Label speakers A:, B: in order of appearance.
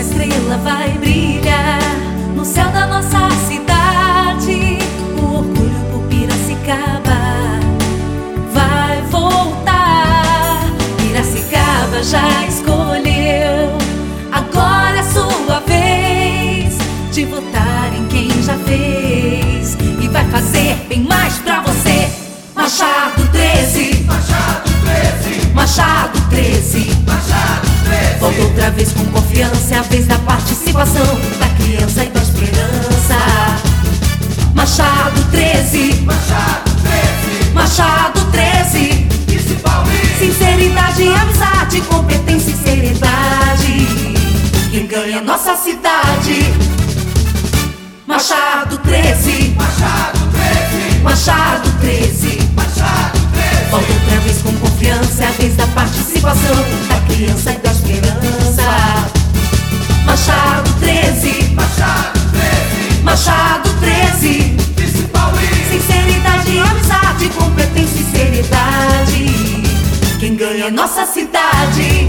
A: estrela vai brilhar no céu da nossa cidade. O orgulho por Piracicaba vai voltar. Piracicaba já escolheu, agora é sua vez de votar em quem já fez e vai fazer bem mais pra você. Machado 13,
B: Machado 13,
A: Machado 13.
B: Machado 13,
A: Volta outra vez com confiança, é a vez da participação da criança e da esperança. Machado 13,
B: Machado 13,
A: Machado 13.
B: disse Paulinho.
A: Sinceridade, amizade, competência e seriedade. Quem ganha é nossa cidade. Machado 13,
B: Machado 13,
A: Machado 13.
B: Machado 13,
A: Volta outra vez com confiança, é a vez da participação da criança e da esperança. Machado 13,
B: Machado 13,
A: Machado 13.
B: disse Paulinho.
A: Sinceridade, amizade, competência e seriedade. Quem ganha é nossa cidade.